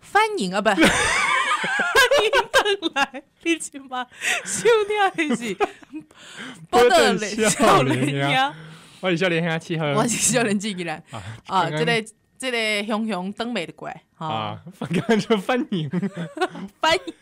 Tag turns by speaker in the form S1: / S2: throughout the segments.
S1: 欢迎啊，不，欢 迎邓来，你知吗？收听的 是
S2: 波
S1: 特
S2: 顿
S1: 雷
S2: 少
S1: 年
S2: 年
S1: 呀，
S2: 我是少年兄气候
S1: 我是少年记起来
S2: 嗯 啊
S1: 啊，这
S2: 刚刚
S1: 个这个熊熊登美的怪啊，
S2: 啊，刚刚就翻译
S1: 翻译，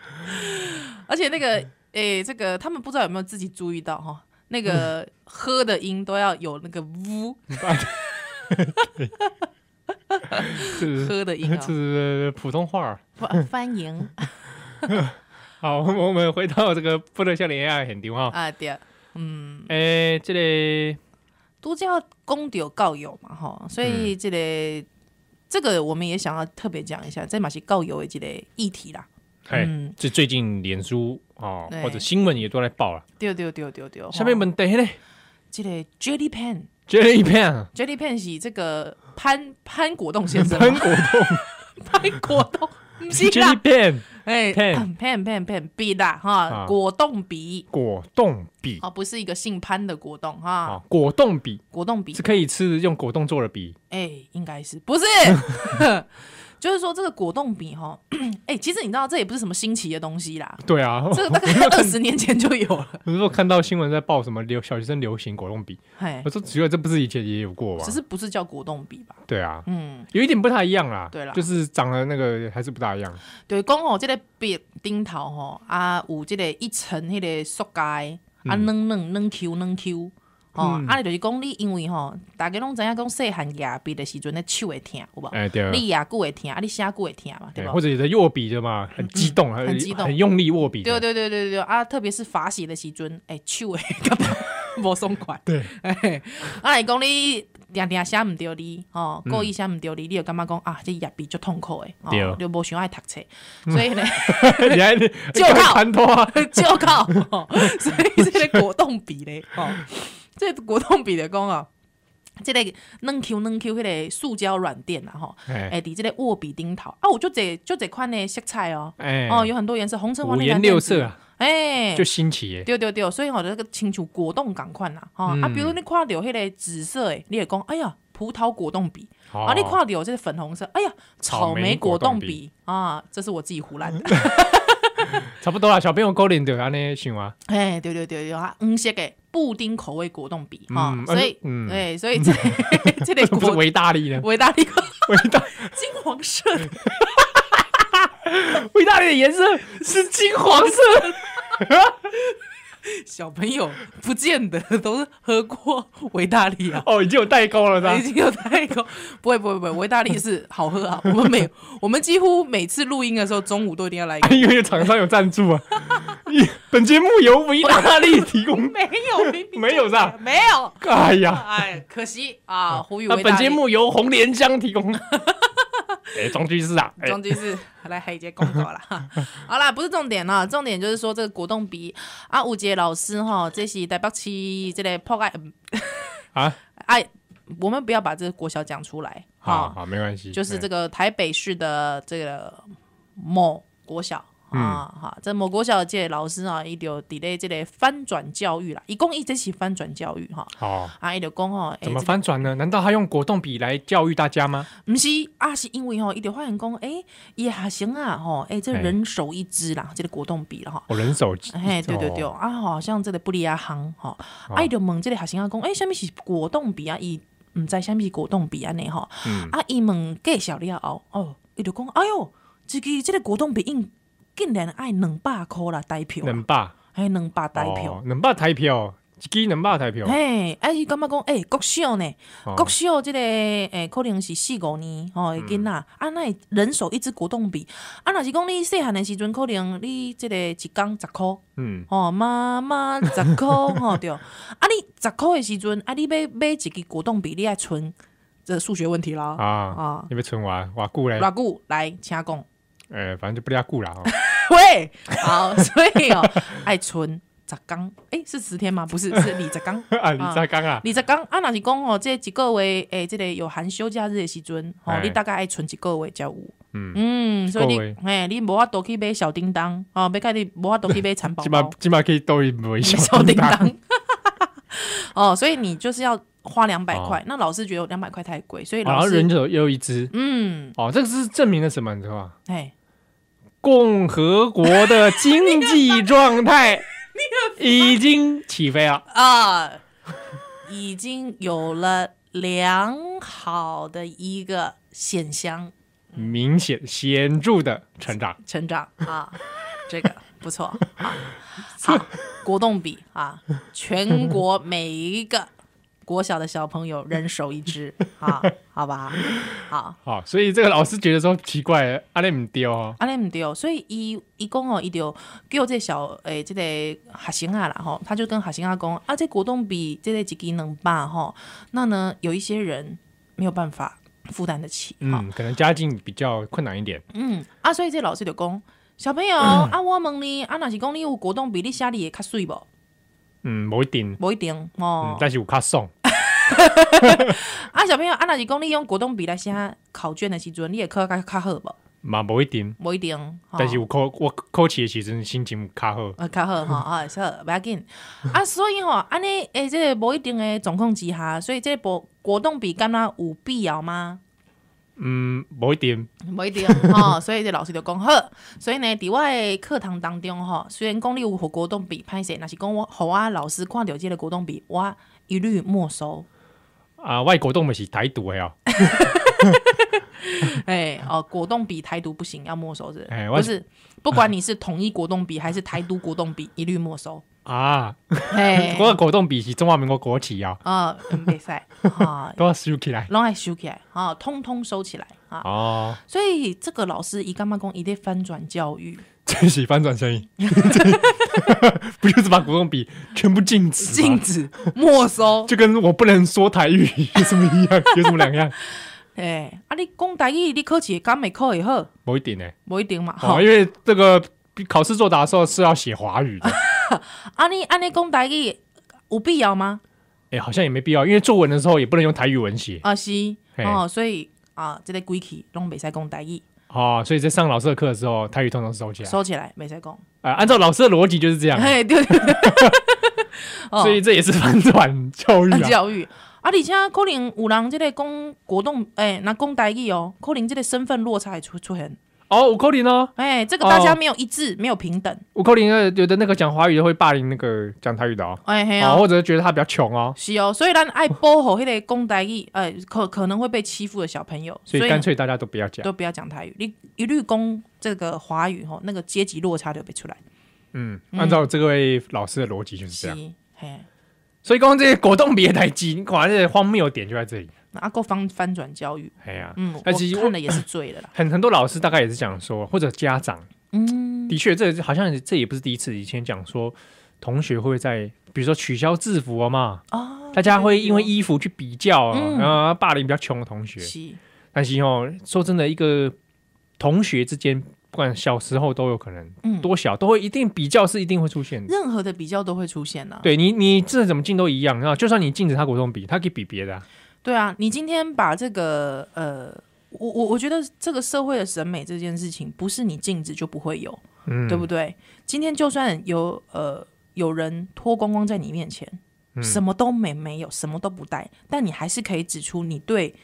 S1: 而且那个诶，这个他们不知道有没有自己注意到哈，那
S2: 嗯
S1: 个喝的音都要有那个呜
S2: 是
S1: 喝的音
S2: 这
S1: 啊，
S2: 是普通话儿。
S1: 欢欢
S2: 哦
S1: 迎
S2: 好，我们回到这个波特少年兄的现场哈。
S1: 啊，对，嗯。
S2: 诶，这个
S1: 都叫公丢告友嘛，吼，所
S2: 嗯
S1: 以这个、这个我们也想要特别讲一下，这嘛是告友的这个议题啦。
S2: 嘿，
S1: 嗯，
S2: 这最近脸书哦
S1: 对
S2: 或者新闻也都来报了。
S1: 对对对对对。
S2: 下面
S1: 吼
S2: 问题呢，
S1: 这个 Jelly Pan，Jelly
S2: 这一片
S1: Pan 是这个潘潘国栋先生
S2: 喷
S1: 吗，
S2: 果冻，
S1: 潘国 栋，不是
S2: 这一
S1: 啦，
S2: 片
S1: 哎
S2: Pan
S1: Pan Pan Pan 笔啦哈，
S2: 啊
S1: 果冻笔
S2: 果冻笔
S1: 哦，不是一个姓潘的果冻哈，
S2: 啊，果冻笔
S1: 果冻笔
S2: 是可以吃的用果冻做的笔
S1: 哎、应该是 不是？就是说这个果冻笔哈， 哎、其实你知道这也不是什么新奇的东西啦，
S2: 对啊，
S1: 这个大概二十年前就有了，
S2: 我说看到新闻在报什么流小学生流行果冻笔，
S1: 哎
S2: 我，说奇怪，这不是以前也有过吗
S1: 只？是不是叫果冻笔吧？
S2: 对啊，
S1: 嗯，
S2: 有一点不太一样啦。
S1: 对啦
S2: 就是长得那个还是不大一样。
S1: 对，讲哦，这个笔顶头吼啊，有这个一层迄个塑胶的啊，
S2: 嗯
S1: 软软软 Q 软 Q。哦，
S2: 嗯
S1: 啊，你就是讲你，因为吼，大家拢知影讲细汉牙笔的时阵，咧手会疼，有无？
S2: 哎，对啊，
S1: 你牙久会疼，啊，你写久会疼嘛，哦对
S2: 对
S1: 不？
S2: 或者有的握笔的嘛，很激动，啊
S1: 很激动
S2: 很用力握笔的。
S1: 对对对对对啊！特别是罚写的时阵，哎、手会 感觉无爽快。
S2: 对，
S1: 哎，啊，来讲你定定写毋对你，哦，故意写毋对你，你就感觉讲啊，这业笔足痛苦诶，哦
S2: 嗯对，嗯
S1: 就无想爱读册，所以呢，
S2: 你还
S1: 就靠
S2: 盘拖啊？
S1: 就靠，哦所以这个果冻笔咧，哦，这个果冻笔咧讲啊，这个软 Q 软 Q 迄个塑胶软垫啊，吼，
S2: 哎
S1: 哎，伫这个握笔顶头啊，有就这就这款的色彩哦，
S2: 哎
S1: 哦，，有很多颜色，红橙黄
S2: 五
S1: 绿
S2: 颜
S1: 蓝靛
S2: 六
S1: 紫
S2: 色，啊，
S1: 哎，
S2: 就新奇耶。
S1: 对对对，所以吼，这个亲像果冻共款啦，吼、啊，
S2: 嗯
S1: 比如你看到迄个紫色诶，你会讲，哎呀，葡萄果冻笔、
S2: 哦
S1: 啊，你看到这个粉红色，哎呀，草莓果冻笔啊，这是我自己胡乱的，
S2: 差不多啦，小朋友勾脸的安尼想啊，
S1: 哎，对对对对，啊，黄色诶，布丁口味果冻笔哈，
S2: 嗯
S1: 哦所以，
S2: 嗯
S1: 哎，所以 这这类
S2: 这不是
S1: 果
S2: 维大 利呢？
S1: 维达利 果
S2: 维大
S1: 金黄色的，
S2: 维大利的颜色是金黄色，
S1: 小朋友不见得都是喝过 维达利啊。
S2: 哦，已经有代沟 了，是吧
S1: 已？经有代沟， 不会不会不会，维达利是好喝 啊。我们每我们几乎每次录音的时候，中午都一定要来一个。
S2: 因为有厂商有赞助啊。 本节目由维大利 提 供。
S1: 没有，明明
S2: 没有 是吧
S1: 没有。
S2: 哎呀，
S1: 哎，可惜啊，呼吁
S2: 那
S1: 维达利。
S2: 本节目由红莲香 提供。哎，庄居士啊，哎
S1: 装句是来海杰公告啦。 哈好啦，不是重点啊啦，重点就是说这个果冻鼻啊，吴杰老师哈，这是台北市这个破爱嗯
S2: 啊，
S1: 哎，我们不要把这个国小讲出来
S2: 好
S1: 啊，
S2: 好没关系，哎
S1: 就是这
S2: 个
S1: 个台北市的这个某国小。
S2: 嗯
S1: 啊，哈，这某国小的这个老师啊，伊就伫咧这个翻转教育啦，一共一直是翻转教育哈，
S2: 好。
S1: 啊，伊就讲吼，诶
S2: 怎么翻转呢？难道他用果冻笔来教育大 家吗？
S1: 毋是啊，是因为吼，伊就发现哎讲，诶、伊也行啊，吼，诶、这个
S2: 嘿
S1: 人手一支啦，这个果冻笔啦，吼。
S2: 哦，人手
S1: 嘿，对对对，
S2: 哦
S1: 啊，好像这个布利亚行吼，啊，伊就问这个学生啊，讲，诶、什物是果冻笔啊？伊毋知什物是果冻笔安尼吼，
S2: 嗯
S1: 啊，伊问介绍了后，哦，伊就讲，哎哟，这个这个果冻笔应竟然爱两百箍啦，台票啦，
S2: 能霸
S1: 还两百台
S2: 哦
S1: 票，，
S2: 能霸台票，一支能霸台 票，
S1: 嘿，啊，伊感觉讲，诶、国小呢？
S2: 哦
S1: 国小即、个诶、欸可能是四五年吼，的
S2: 嗯
S1: 囡仔、啊，那会人手一支果冻笔，啊，若是讲你细汉的时阵，可能你即个一工十箍
S2: 嗯，
S1: 吼，哦妈妈十箍 吼对，啊，你十箍的时阵，啊，你要买一支果冻笔，你爱存，这数学问题啦，
S2: 啊，
S1: 啊，
S2: 你被存完瓦固嘞
S1: 偌、，久来请讲，
S2: 呃，反正就不要固了哦。
S1: 喂，好， 所以哦，爱存十工，诶、是十天吗？不是，是二十工。
S2: 啊，你在刚啊，
S1: 二十工啊，若是讲吼，这一个月诶，欸这个有含休假日的时阵，吼、
S2: 哎
S1: 你大概爱存一个月才有。
S2: 嗯
S1: 嗯，所以
S2: 一个
S1: 你
S2: 月
S1: 嘿，你无法度去买小叮当，吼、要甲你无法度去买蚕嗯 宝
S2: 起码
S1: 宝、
S2: 起码可以多一 枚
S1: 小叮
S2: 当，
S1: 当。哦，所以你就是要花两百块，那老师觉得两百块太贵，所以
S2: 然
S1: 老
S2: 后哦人
S1: 师
S2: 手又一只，
S1: 嗯，
S2: 哦，这个是证明了什么？你知道吗？
S1: 哎，
S2: 共和国的经济状态已经起飞了。
S1: 啊，已经有了良好的一个现象
S2: 明显显著的成长，
S1: 成长啊，这个不错啊。好，国栋比啊，全国每一个国小的小朋友人手一支啊，好吧？好，
S2: 好、啊所以这个老师觉得说奇怪，阿内唔丢哦，
S1: 安尼毋对，所以伊伊讲哦，伊就叫这小诶，即、个学生啊啦吼，他就跟学生啊讲啊，这果冻比这个一支两百吼，那呢有一些人没有办法负担得起哈，
S2: 嗯，可能家境比较困难一点，
S1: 嗯啊，所以这老师就讲小朋友、
S2: 嗯
S1: 啊，我问你啊，若是讲你有果冻比你写字会较水无？
S2: 嗯，某一点，
S1: 无一定
S2: 嗯
S1: 哦，，
S2: 但是有卡送，
S1: 啊小朋友啊，若是讲你用果冻比来写考卷的时阵，你会考较较好无？
S2: 嘛某一点，
S1: 无一定，吼
S2: 但是有考我考试的时阵心情有卡好，
S1: 啊，较 好吼，啊，是好，不要紧。啊，所以吼，安尼诶，即个无一定诶状况之下，所以即个果果冻比敢若有必要吗？
S2: 嗯，某一点，
S1: 无一定 吼、所以这老师就讲好。所以呢，伫我诶课堂当中吼，虽然讲你有互果冻比歹势，若是讲我互我老师看到即个果冻比，我一律没 收。
S2: 啊，外国动物是台独的哦，
S1: 哎、哦，果冻比台独不行，要没收 是不是？
S2: 哎我
S1: 不是，不管你是统一果冻比还是台独果冻比，一律没 收。
S2: 啊，
S1: 哎、
S2: 我国动物是中华民国国旗哦，
S1: 啊，嗯袂使啊，
S2: 都要收起来，
S1: 拢爱收起来啊，通通收起来啊。
S2: 哦，
S1: 所以这个老师伊干嘛讲伊在翻转教育，
S2: 这是翻转声音， 这不就是把国动笔全部禁止吗？
S1: 禁止没收。
S2: 就跟我不能说台语有什么一样，有什么两样？
S1: 哎，啊你讲台语，你考试敢没考会好？
S2: 某一点呢、
S1: 无一定嘛。吼、
S2: 哦，因为这个考试作答的时候是要写华语的，
S1: 啊你安尼讲台语有必要吗？
S2: 哎、好像也没必要，因为作文的时候也不能用台语文写
S1: 啊是
S2: 嘿
S1: 哦，所以啊，这个规矩拢袂使讲台语，
S2: 哦，所以在上老师的课的时候，台语通常收起来。
S1: 收起来袂使讲。
S2: 呃，按照老师的逻辑啊就是这样，啊
S1: 哎，对对对。 哦
S2: 所以这也是反转教育啊。
S1: 教育啊，而且可能有人即个讲国动，哎，那讲台语哦，可能即个身份落差会出出现。
S2: 哦，五扣零哦，
S1: 哎，这个大家
S2: 哦
S1: 没有一致，没有平等。
S2: 五扣零呃，有的那个讲华语的会霸凌那个讲台语的哦，
S1: 哎嘿
S2: 哦，或者觉得他比较穷哦，
S1: 是哦，所以咱爱保护迄个讲台语，呃，可可能会被欺负的小朋友，
S2: 所以干脆大家都不要讲。
S1: 都不要讲台语，你一律讲这个华语吼，那个阶级落差就被出来。
S2: 嗯，按照这位老师的逻辑就是这
S1: 是
S2: 样。，
S1: 嘿，
S2: 所以刚刚这些果冻别台机，你管这些荒谬点就在这里。
S1: 那阿哥翻翻转教育，
S2: 哎呀，
S1: 嗯，
S2: 那其实
S1: 我看了也是醉 了啦。
S2: 很很多老师大概也是讲说，或者家长，嗯，的确，这好像这也不是第一次，以前讲说同学会在，比如说取消制服了嘛，
S1: 啊，
S2: 大家会因为衣服去比较，
S1: 嗯
S2: 然后霸凌比较穷的同学。
S1: 是，
S2: 但是哦，说真的，一个同学之间，不管小时候都有可能，
S1: 嗯，
S2: 多小都会一定比较是一定会出现的。
S1: 任何的比较都会出现呐、啊。
S2: 对你，你这怎么禁都一样啊！就算你禁止他国中比，他可以比别的、啊。
S1: 对啊，你今天把这个呃。我我我觉得这个社会的审美这件事情，不是你禁止就不会有，
S2: 嗯，
S1: 对不对？今天就算有呃有人脱光光在你面前，
S2: 嗯
S1: 什么都没没有，什么都不带，但你还是可以指出你对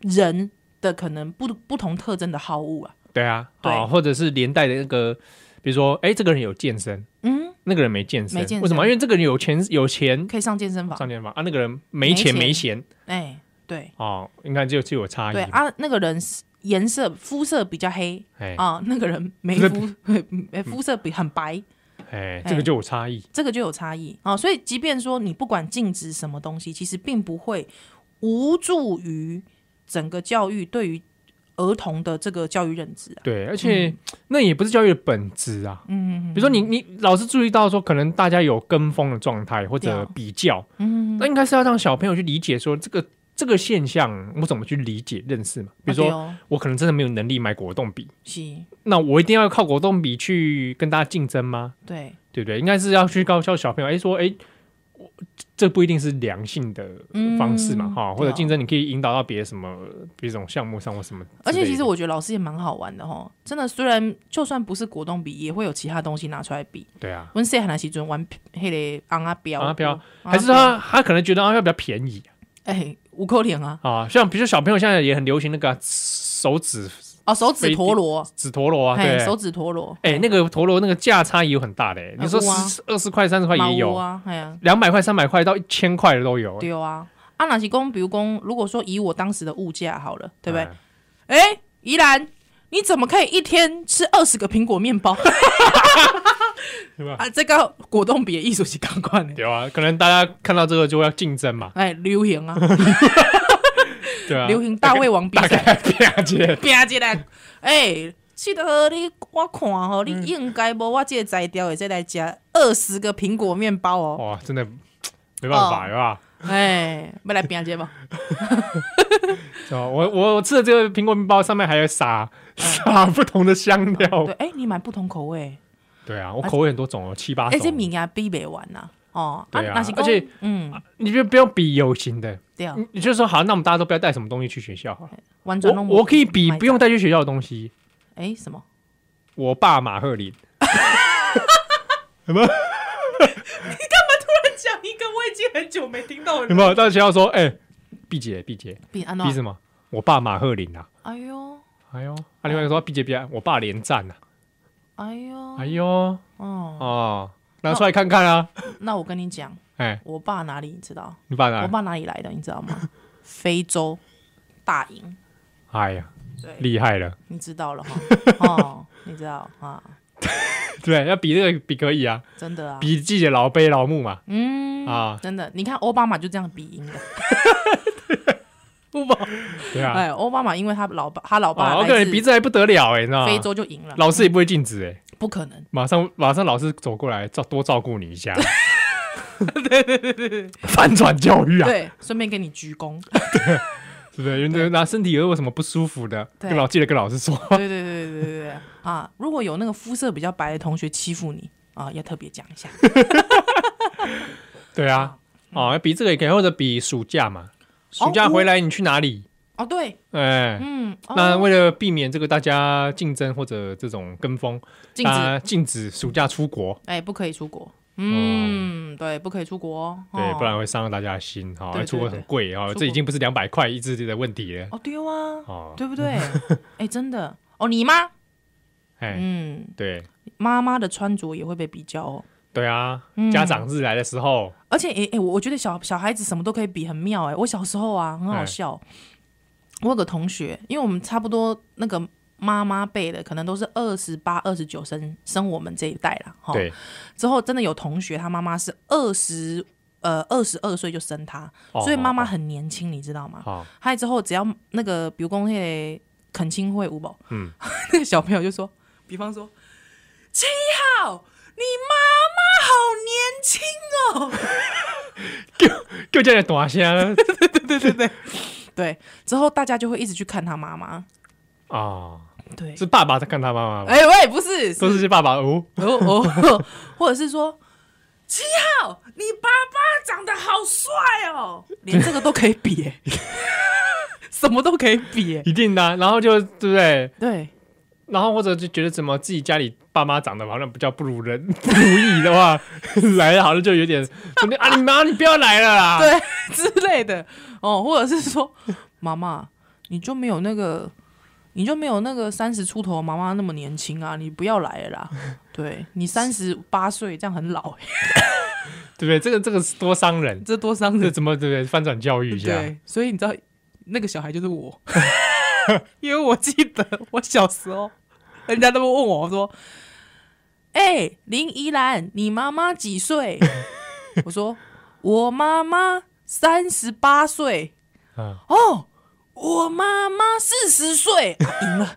S1: 人的可能不不同特征的好恶啊。
S2: 对啊，
S1: 对
S2: 啊，或者是连带的那个，比如说，哎，这个人有健身，
S1: 嗯，
S2: 那个人没健身，
S1: 没健身
S2: 为什么？因为这个人有钱，有钱
S1: 可以上健身房
S2: 上，健身房啊，那个人没
S1: 没
S2: 钱，
S1: 钱
S2: 没钱
S1: 哎，对
S2: 哦，应该就就有差异
S1: 对
S2: 嘛。
S1: 啊，那个人是颜色肤色比较黑
S2: 哎
S1: 啊，那个人眉
S2: 那
S1: 肤 哎肤色比很白，
S2: 哎，这个就有差异。
S1: 这个就有差异啊、所以，即便说你不管禁止什么东西，其实并不会无助于整个教育对于儿童的这个教育认知啊。
S2: 对，而且那也不是教育的本质啊。
S1: 嗯
S2: 比如说你你老是注意到说，可能大家有跟风的状态或
S1: 对
S2: 者
S1: 啊
S2: 比较，
S1: 嗯，
S2: 那应该是要让小朋友去理解说这个这个现象，我怎么去理解认识嘛？比如
S1: 啊对
S2: 说
S1: 哦、
S2: 我可能真的没有能力买果冻笔，
S1: 是，
S2: 那我一定要靠果冻笔去跟大家竞争吗？
S1: 对，
S2: 对不对？应该是要去告诉小朋友，哎，说，哎，我这不一定是良性的方式嘛，
S1: 嗯
S2: 哈、
S1: 对啊
S2: 或者竞争你可以引导到别的什么别种项目上或什么之类的。
S1: 而且其实我觉得老师也蛮好玩的哦，真的，虽然就算不是果冻比，也会有其他东西拿出来比。
S2: 对啊，
S1: 温塞汉那时阵玩迄个昂啊标，
S2: 昂啊标
S1: 啊，
S2: 还是说他他可能觉得啊要比较便宜，
S1: 哎，五扣脸啊，
S2: 啊，像比如说小朋友现在也很流行那个啊、手指
S1: 哦，手指陀螺，
S2: 指陀螺啊，
S1: 哎，
S2: 对，
S1: 手指陀螺，
S2: 哎、那个陀螺那个价差也有很大的、
S1: 啊
S2: 欸，你说
S1: 有啊
S2: 十二十块、三十块
S1: 猫
S2: 也有，
S1: 啊，哎呀，
S2: 两百块、三百块到一千块的都有、欸，
S1: 对啊，啊，那是公，比如公，如果说以我当时的物价好了，对不对
S2: 哎？？
S1: 哎，宜兰，你怎么可以一天吃二十个苹果面包？
S2: 对吧
S1: 啊，这个果冻比的艺术是钢管的，
S2: 对啊，可能大家看到这个就要竞争嘛，
S1: 哎，流行啊，
S2: 对啊，
S1: 流行大胃王比
S2: 大
S1: 赛，
S2: 概了解，
S1: 拼起来，哎。记得你，我看哦，
S2: 嗯
S1: 你应该无我这个材料的再来加二十个苹果面包哦。
S2: 哇，真的没办法，
S1: 哦
S2: 对吧？
S1: 哎，要来拼一下吧。
S2: 哦是吧啊我我我吃的这个苹果面包上面还有撒撒不同的香料
S1: 嗯对，，哎、你买不同口味，
S2: 对啊，我口味很多种哦，七八
S1: 哎、这
S2: 种，
S1: 米啊比不完呐、哦，
S2: 对啊
S1: 那是
S2: 而且
S1: 嗯，
S2: 你就不用比有形的，
S1: 对啊，
S2: 嗯你你就说好，那我们大家都不要带什么东西去学校好了，
S1: 完全
S2: 我
S1: 拢
S2: 我可以比不用带去学校的东西，
S1: 哎、什么？
S2: 我爸马赫林，
S1: 讲一个我已经很久没听到
S2: 有没有？到学校说，哎、毕姐，毕姐，
S1: 比安诺啊
S2: 比，什么？我爸马赫林啊！
S1: 哎呦，
S2: 哎呦，啊，另外一个说毕姐，毕姐，我爸连战啊！
S1: 哎呦，
S2: 哎呦，
S1: 哦，
S2: 哦，拿出来看看啊！
S1: 那我跟你讲，
S2: 哎，
S1: 我爸哪里你知道？
S2: 你爸
S1: 我
S2: 哪？
S1: 爸哪里来的你知道吗？非洲大营，
S2: 哎呀，
S1: 对，
S2: 厉害了！
S1: 你知道了哈，哦，你知道啊，
S2: 对，要比这个比可以啊，
S1: 真的啊，
S2: 比自己的老辈老母嘛。
S1: 嗯
S2: 啊
S1: 真的，你看奥巴马就这样比赢的。不吧，
S2: 对啊，
S1: 哎，奥巴马因为他老爸，他老爸
S2: 哦，我
S1: 来
S2: 感觉
S1: 自
S2: 鼻子还不得了哎，你知道
S1: 非
S2: 吗？
S1: 洲就赢了，
S2: 老师也不会禁止哎，
S1: 不可能，
S2: 马上马上老师走过来照多照顾你 一下。对对对对，反转教育啊，
S1: 对，顺便给你鞠躬，
S2: 对不对？有人拿身体有什么不舒服的，
S1: 对
S2: 跟老记得跟老 师说。
S1: 对对对对对对对啊！如果有那个肤色比较白的同学欺负你啊，要特别讲一下，
S2: 对啊，哦，比这个也可以，或者比暑假嘛，暑假回来你去哪里？
S1: 哦，对，
S2: 哎、
S1: 嗯，哦
S2: 那为了避免这个大家竞争或者这种跟风，
S1: 禁
S2: 大
S1: 止，
S2: 家禁止暑假出国，
S1: 哎，不可以出国，嗯，对，不可以出国哦，
S2: 对，不然会伤到大家的心哈。
S1: 对对
S2: 出国很贵哈，
S1: 出国
S2: 这已经不是两百块一只的问题了
S1: 哦，对啊，
S2: 哦。
S1: 对不 对？哎，真的，哦，你妈，
S2: 哎，
S1: 嗯，
S2: 对
S1: 妈妈的穿着也会被比较哦。
S2: 对啊，家长日来的时候，
S1: 而且，诶、诶，我我觉得小小孩子什么都可以比，很妙诶、我小时候啊，很好
S2: 哎
S1: 笑。我有个同学，因为我们差不多那个妈妈辈的，可能都是二十八、二十九生生我们这一代啦。齁，
S2: 对，
S1: 之后真的有同学，他妈妈是二十呃二十二岁就生他，
S2: 哦
S1: 所以妈妈很年轻，你知道吗？
S2: 好，
S1: 还之后只要那个，比如讲那个恳亲会有无？
S2: 嗯，
S1: 那个小朋友就说，比方说七号，你妈妈好年轻哦。
S2: 就叫你短些
S1: 对，之后大家就会一直去看他妈妈。
S2: 啊，
S1: 对，
S2: 是爸爸在看他妈妈吗，
S1: 哎、喂，不是，
S2: 都是些爸爸哦，
S1: 哦哦，或者是说。七号，你爸爸长得好帅哦，连这个都可以比、欸， 什么都可以比、欸，
S2: 一定的啊。然后就对不对？
S1: 对，
S2: 然后或者就觉得怎么自己家里爸妈长得好像比较不如人 不如意的话， 来了好像就有点 啊，你妈你不要来了啦。
S1: 对之类的哦，或者是说，妈妈，你就没有那个，你就没有那个三十出头的妈妈那么年轻啊，你不要来了啦。 对你三十八岁，这样很老、欸，
S2: 对不对？这个这个是多伤 人，
S1: 这多伤
S2: 这
S1: 人。啊
S2: 怎么对不对？翻转教育一下，
S1: 对，所以你知道那个小孩就是我， 因为我记得我小时候，人家都会问我说：“哎、林依兰，你妈妈几岁？” 我说：“我妈妈三十八岁。”
S2: 嗯，
S1: 哦，我妈妈四十岁， 啊赢了，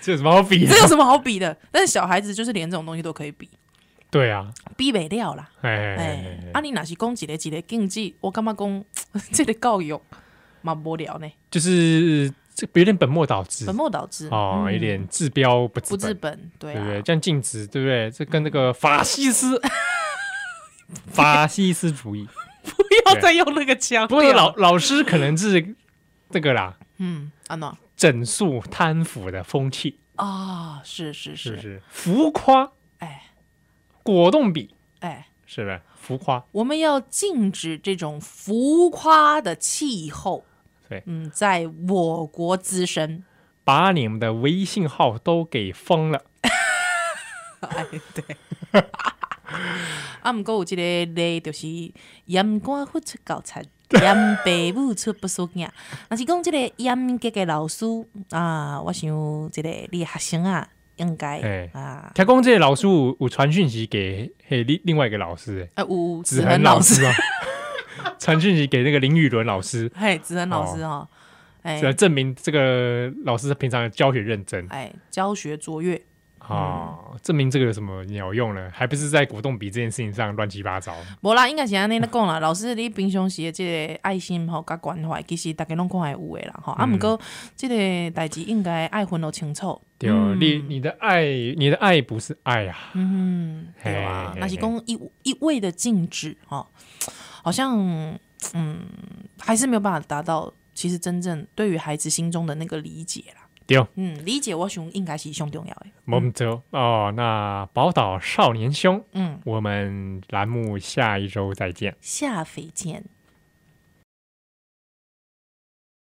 S2: 这有什么好比的
S1: 这？有什么好比的？但是小孩子就是连这种东西都可以比，
S2: 对啊，
S1: 比不了啦。
S2: 哎
S1: 哎、
S2: 哎哎哎
S1: 啊，你哪是讲一个一个竞技？我干嘛讲 这个教育嘛无聊呢？
S2: 就是这有点本末倒置
S1: 本末倒置
S2: 哦，
S1: 嗯
S2: 有点治标不治
S1: 不治
S2: 本，
S1: 本，对
S2: 对不
S1: 啊，
S2: 对？这样禁止，对不对？这跟那个法西斯法西斯主
S1: 啊
S2: 义，
S1: 不要再用那个腔
S2: 不过
S1: 调。
S2: 老老师可能是这个啦。
S1: 嗯，啊喏
S2: 整肃贪腐的风气，
S1: 啊，是是
S2: 是不
S1: 是，
S2: 是？浮夸、
S1: 哎
S2: 果冻比
S1: 哎，
S2: 是吧？浮夸，
S1: 我们要禁止这种浮夸的气候。
S2: 对，
S1: 嗯，在我国滋生。
S2: 把你们的微信号都给封了。
S1: 哎，对。啊，毋过有一个例就是盐官付出搞 惨，盐爸母出不输囝。若是讲即个严格的老师啊，我想即个你的学生啊，应该、
S2: 哎
S1: 啊，
S2: 听讲这个老师有有传讯息给嘿另另外一个老师，
S1: 啊有
S2: 子
S1: 子
S2: 恒
S1: 恒
S2: 老
S1: 老
S2: 师
S1: 师，
S2: 啊， 传讯息给那个林宇伦老师，
S1: 嘿，子恒老师哦， 哎
S2: 来证明这个老师平常的教学认真
S1: 哎，教学卓越，
S2: 啊，证明这个有什么鸟用呢？还不是在果冻笔这件事情上乱七八糟。
S1: 无啦，应该是安尼咧讲啦。老师，你平常时的即个爱心吼、甲关怀，其实大家拢看会有诶啦吼。啊，
S2: 嗯
S1: 毋过即个代志应该爱分得清楚。
S2: 对，哦你你的爱，你的爱不是爱啊，
S1: 嗯，对啊
S2: 嘿嘿，嘿
S1: 那是讲一一味的禁止哦，好像嗯，还是没有办法达到其实真正对于孩子心中的那个理解啦。
S2: 对，哦
S1: 嗯，理解我想应该是上重要的。
S2: 我们走哦。那宝岛少年兄，
S1: 嗯，
S2: 我们栏目下一周再见。
S1: 下回见。